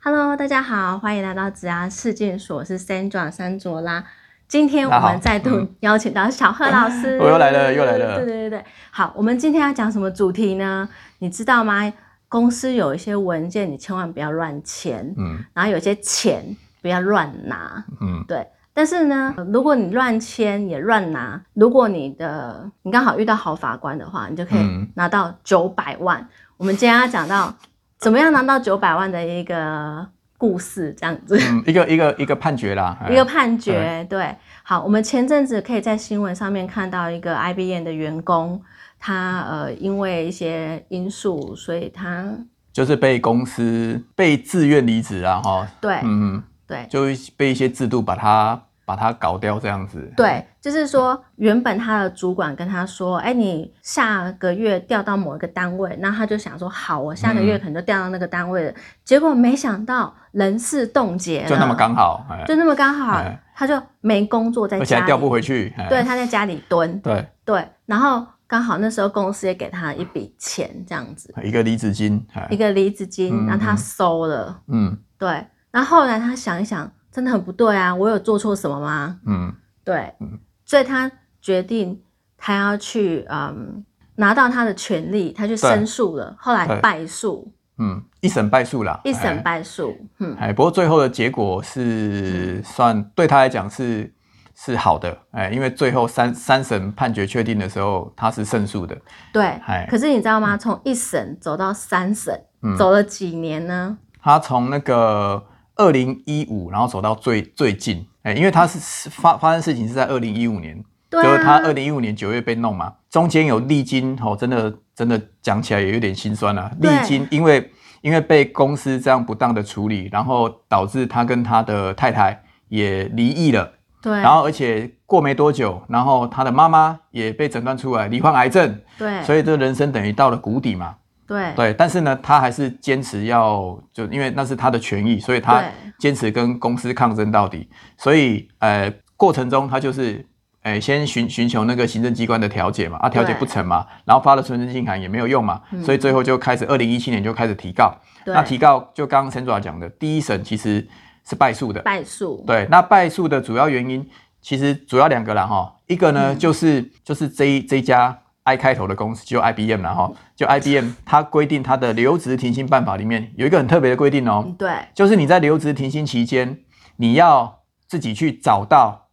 Hello，大家好，欢迎来到职涯事件所，我是 Sandra 山卓拉。今天我们再度邀请到小贺老师，嗯 我又来了又来了对对对对，好，我们今天要讲什么主题呢？你知道吗？公司有一些文件你千万不要乱签，嗯然后有些钱不要乱拿，嗯对。但是呢，如果你乱签也乱拿，如果你的你刚好遇到好法官的话，你就可以嗯拿到九百万。我们今天要讲到怎么样拿到九百万的一个故事，这样子、嗯，一个一个一个判决啦，一个哎判决。对，好，我们前阵子可以在新闻上面看到一个 IBM 的员工，他呃因为一些因素，所以他就是被公司被自愿离职啊，哈，对、嗯，对就被一些制度把它把它搞掉这样子。对，就是说，原本他的主管跟他说：“哎，你下个月调到某一个单位。”那他就想说：“好，我下个月嗯可能就调到那个单位了。结果没想到人事冻结了， 就那么，刚好，哎，就那么刚好哎，他就没工作在而且家还里，调不回去，哎对，他在家里蹲，对，对，然后刚好那时候公司也给他一笔钱，这样子一个离职金，哎一个离职金，嗯让他嗯收了。嗯对，那后来他想一想，真的很不对啊，我有做错什么吗？嗯对嗯，所以他决定他要去嗯拿到他的权利，他去申诉了，后来对败诉，嗯，一审败诉啦，一审哎。败诉，嗯，哎，不过最后的结果是算对他来讲是是好的，哎，因为最后三三审判决确定的时候，他是胜诉的，对。哎，可是你知道吗？从一审走到三审，嗯走了几年呢？他从那个二零一五，然后走到最最近，哎、因为他是是发发生事情是在二零一五年，对就是他啊，二零一五年九月被弄嘛，中间有历经，哦，真的真的讲起来也有点心酸啊，历对经因为因为被公司这样不当的处理，然后导致他跟他的太太也离异了，对然后而且过没多久，然后他的妈妈也被诊断出来罹患癌症，对所以这人生等于到了谷底嘛。对对，但是呢，他还是坚持要，就因为那是他的权益，所以他对坚持跟公司抗争到底。所以，呃，过程中他就是，呃，先寻寻求那个行政机关的调解嘛，啊，调解对嗯不成嘛，然后发了存证信函也没有用嘛，所以最后就开始，二零一七年就开始提告。那对，提告就刚刚陈爪讲的，第一审其实是败诉的，败诉，对，那败诉的主要原因其实主要两个啦哈，一个嗯呢、就是就是这一这一家 I 开头的公司就 IBM 啦哈，就 IBM 它规定它的留职停薪办法里面有一个很特别的规定哦，嗯对就是你在留职停薪期间，你要自己去找到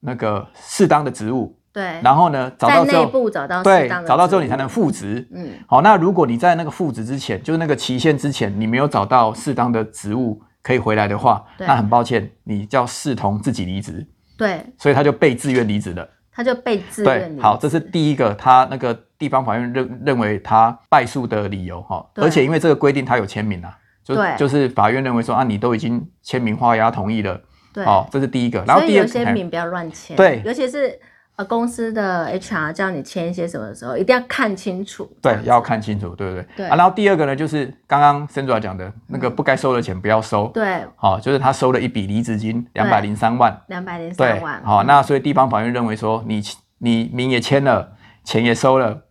那个适当的职务，对，然后呢找在到之内后，部找到对适当，的找到之后职你才务能复职。嗯，好，那如果你在那个复职之前，就是那个期限之前，你没有找到适当的职务可以回来的话，对那很抱歉，你叫视同自己离职，对，所以他就被自愿离职了。他就被自对愿，离好，这职是第一个，他那个地方法院认认为他败诉的理由哈，对而且因为这个规定他有签名啊，就对就是法院认为说啊，你都已经签名画押同意了，对，哦，这是第一个。然所后以第有二些个，哎名不要乱签，对尤其是呃公司的 HR 叫你签一些什么的时候，一定要看清楚。对，要看清楚，对不对？对啊，然后第二个呢，就是刚刚森主讲的那个不该收的钱不要收，对，好、哦就是他收了一笔离职金两百零三万，两百零对三，万，好、那所以地方法院认为说你你名也签了，钱也收了，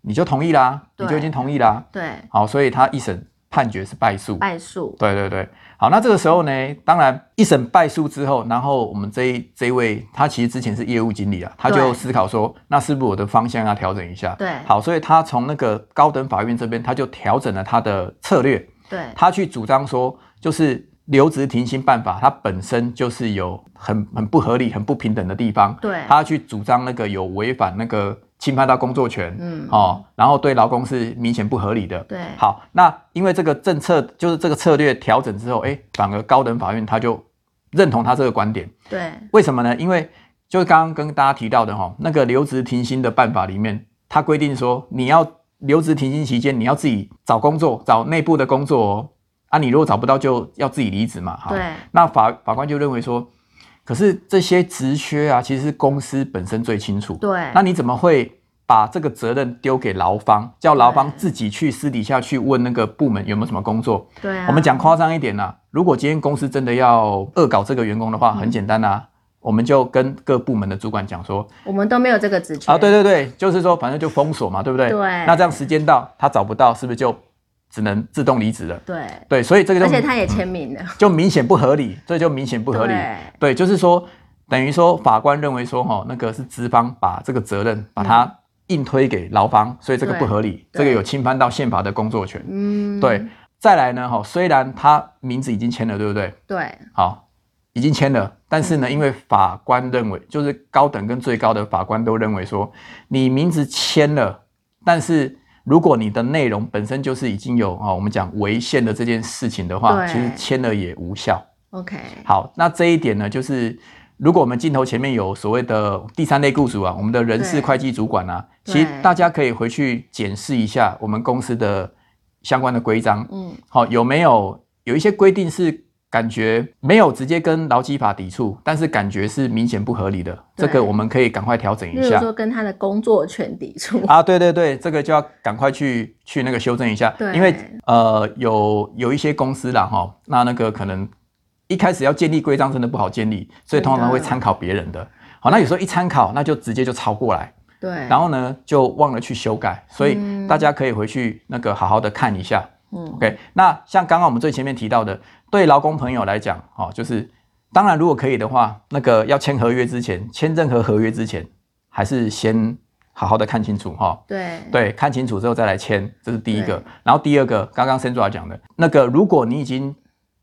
你就同意啦，对你就已经同意啦，对好，所以他一审判决是败诉，败诉，对对对，好，那这个时候呢，当然一审败诉之后，然后我们这一这一位他其实之前是业务经理啊，他对就思考说，那是不是我的方向要调整一下？对好，所以他从那个高等法院这边，他就调整了他的策略，对他去主张说，就是留职停薪办法，它本身就是有很很不合理、很不平等的地方。对他去主张那个有违反那个侵犯到工作权，嗯哦，然后对劳工是明显不合理的。对好，那因为这个政策就是这个策略调整之后，哎，反而高等法院他就认同他这个观点。对为什么呢？因为就是刚刚跟大家提到的哈、那个留职停薪的办法里面，它规定说你要留职停薪期间，你要自己找工作，找内部的工作哦。啊，你如果找不到，就要自己离职嘛。哈对那法法官就认为说，可是这些职缺啊，其实是公司本身最清楚。对那你怎么会把这个责任丢给劳方，叫劳方对自己去私底下去问那个部门有没有什么工作？对啊，我们讲夸张一点啦、如果今天公司真的要恶搞这个员工的话，嗯很简单啦、啊我们就跟各部门的主管讲说啊我们都没有这个职权啊，对对对，就是说反正就封锁嘛，对不对？对那这样时间到，他找不到，是不是就只能自动离职了。对，对，所以这个而就且他也签名了，就明显不合理，这就明显不合理。对对，就是说，等于说法官认为说，哈、那个是资方把这个责任把它硬推给劳方，所以这个对不合理，嗯对这个有侵犯到宪法的工作权。嗯，对，再来呢，哈、虽然他名字已经签了，对不对？对，好，已经签了，但是嗯呢，因为法官认为，就是高等跟最高的法官都认为说，你名字签了，但是如果你的内容本身就是已经有啊、我们讲违宪的这件事情的话，对其实签了也无效。 OK，好，那这一点呢，就是如果我们镜头前面有所谓的第三类雇主啊，我们的人对事会计主管啊，对其实大家可以回去检视一下我们公司的相关的规章，嗯，好、有没有有一些规定是感觉没有直接跟劳基法抵触，但是感觉是明显不合理的，这对个我们可以赶快调整例一如下。说跟他的工作权抵触，啊，对对对，这个就要赶快去去那个修正一下，对因为呃有有一些公司啦哈，那那个可能一开始要建立规章真的不好建立，所以通真常的会参考别人的。好，那有时候一参考，那就直接就抄过来，对，然后呢就忘了去修改，所以嗯大家可以回去那个好好的看一下。嗯， OK，那像刚刚我们最前面提到的，对劳工朋友来讲，哦，就是当然如果可以的话，那个要签合约之前，签任何合约之前，还是先好好的看清楚哈、对，对，看清楚之后再来签，这是第一个对。然后第二个，刚刚 Sandra 讲的那个，如果你已经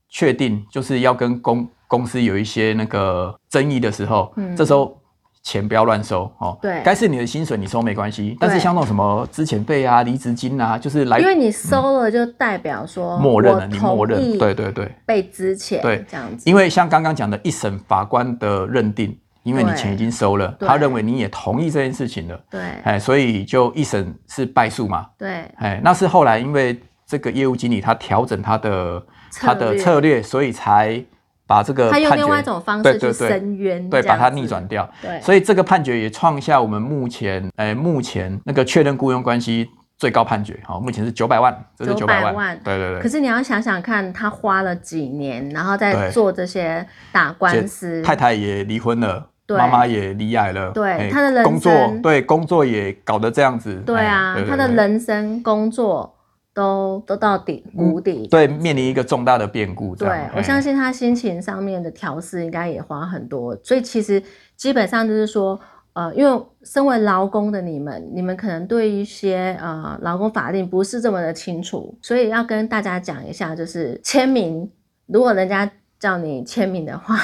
确定就是要跟公公司有一些那个争议的时候，嗯这时候钱不要乱收哦。对该是你的薪水你收没关系，但是像那种什么资遣费啊、离职金啊，就是来因为你收了就代表说默认了，我你默同认。意对对对，被之前对这样子，因为像刚刚讲的一审法官的认定，因为你对钱已经收了，对他认为你也同意这件事情了，对哎，所以就一审是败诉嘛。对哎，那是后来因为这个业务经理他调整他的他的策略，所以才把这个他呃用判另外一决种方对式对去对伸冤，对这把样它子逆转，掉。对，所以这个判决也创下我们目前哎目前那个确认雇佣关系最高判决，哦好、目前是九百万，这是九900百万，万对对可对。是你要想想看，他花了几年，然后再对做这些打官司，太太也离婚了，对妈妈也离癌了，对哎他的人工作生对工作也搞得这样子，对啊，哎对对他的对人生、工作都都到底谷底。嗯对面临一个重大的变故，这对样我哎相信他心情上面的调试应该也花很多，所以其实基本上就是说，呃，因为身为劳工的你们，你们可能对一些呃劳工法令不是这么的清楚，所以要跟大家讲一下，就是签名，如果人家叫你签名的话，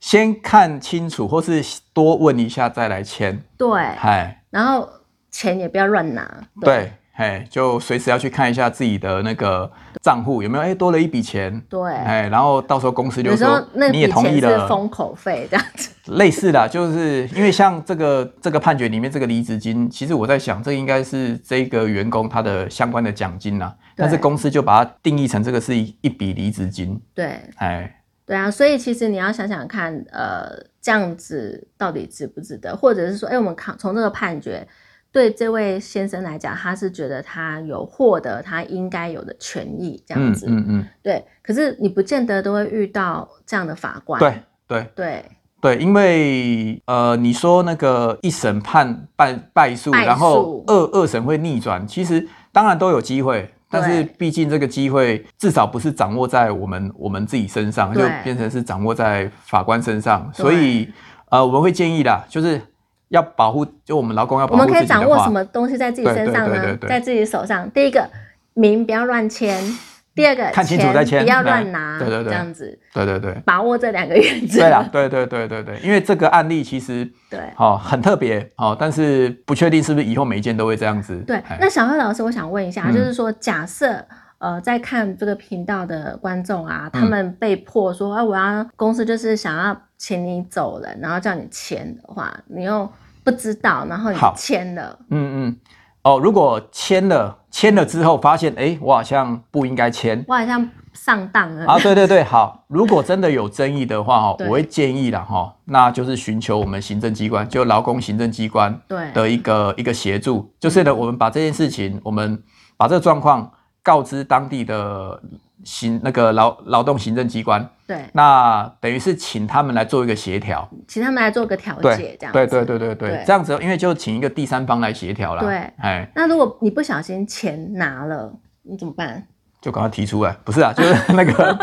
先看清楚，或是多问一下再来签，对，哎。然后钱也不要乱拿。对，哎，就随时要去看一下自己的那个账户有没有哎多了一笔钱，对，哎，然后到时候公司就有时候说那你也笔同钱意是了，封口费这样子。类似的，啊就是因为像这个这个判决里面这个离职金，其实我在想，这应该是这个员工他的相关的奖金呐、但是对公司就把它定义成这个是一一笔离职金，对哎，对啊，所以其实你要想想看，呃，这样子到底值不值得，或者是说，哎，我们看从这个判决。对这位先生来讲，他是觉得他有获得他应该有的权益，这样嗯子、嗯嗯，对。可是你不见得都会遇到这样的法官，对对。对对，因为呃，你说那个一审判败败诉，败诉然后二二审会逆转，其实当然都有机会，但是毕竟这个机会至少不是掌握在我们我们自己身上，就对变成是掌握在法官身上，对所以呃，我们会建议啦，就是要保护，就我们劳工要我保护们自可己以的话，掌握什么东西在自己对身对上对呢对？对在自己手上。第一个名不要乱 签，第二个看清楚再签不要乱对拿，对对对这样子对 对对，把握这两个原则。对啊啦，对对对对对，因为这个案例其实对哦很特别哦，但是不确定是不是以后每一件都会这样子。对哎那小慧老师，我想问一下，嗯就是说，假设呃在看这个频道的观众啊，他嗯们被迫说，哎、我要公司就是想要请你走了，然后叫你签的话，你又不知道，然后你好签了，嗯嗯，哦，如果签了，签了之后发现，哎，我好像不应该签我好像上当了。啊。对对对，好，如果真的有争议的话，哈，嗯哦对我会建议啦，哈，那就是寻求我们行政机关，就劳工行政机关对的一个一个协助，就是嗯呢，我们把这件事情，我们把这个状况告知当地的行那个劳劳动行政机关，对，那等于是请他们来做一个协调。请他们来做个调对解，这样对子对对对对对，这样子，因为就请一个第三方来协调啦。对哎，那如果你不小心钱拿了，你怎么办？就赶快提出来，不是啊，就是 那 个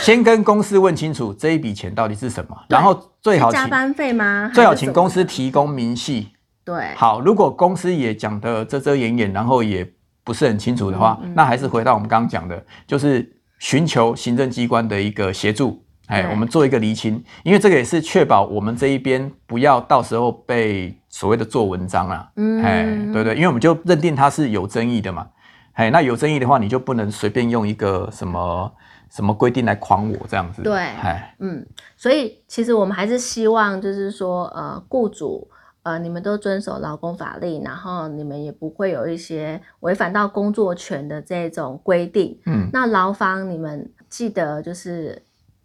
先跟公司问清楚这一笔钱到底是什么，对然后最好是加请班费吗？最好还是请什么公司提供明细。对好，如果公司也讲的遮遮掩掩，然后也不是很清楚的话，嗯嗯那还是回到我们刚刚讲的，就是寻求行政机关的一个协助。哎，对我们做一个厘清，因为这个也是确保我们这一边不要到时候被所谓的做文章啊，嗯哎，对对，因为我们就认定它是有争议的嘛，哎，那有争议的话，你就不能随便用一个什么什么规定来框我这样子，对哎，嗯，所以其实我们还是希望，就是说，呃，雇主，呃，你们都遵守劳工法令，然后你们也不会有一些违反到工作权的这种规定。嗯，那劳方，你们记得就是，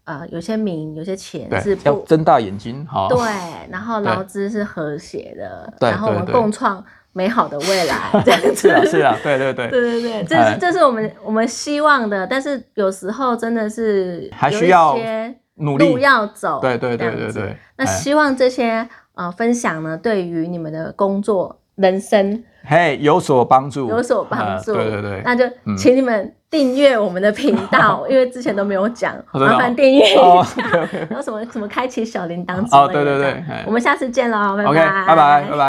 呃，有些名，有些钱是对，要不睁大眼睛，好，对，然后劳对资是和谐的，对然后我们对对共创美好的未来， 这样子。 是啊，是啊，对对对，对对对，这哎是这是我们我们希望的，但是有时候真的是还有需一要些努力路要走，对对对这对样子对。那哎希望这些呃分享呢，对于你们的工作、人生嘿有所帮助，有所帮助。呃对对对，那就嗯请你们订阅我们的频 道，因为之前都没有讲，哦真的哦麻烦订阅一哦下。然后什么什么开启小铃铛之类的。哦对对对这样 哎我们下次见喽，拜 OK，拜拜拜拜。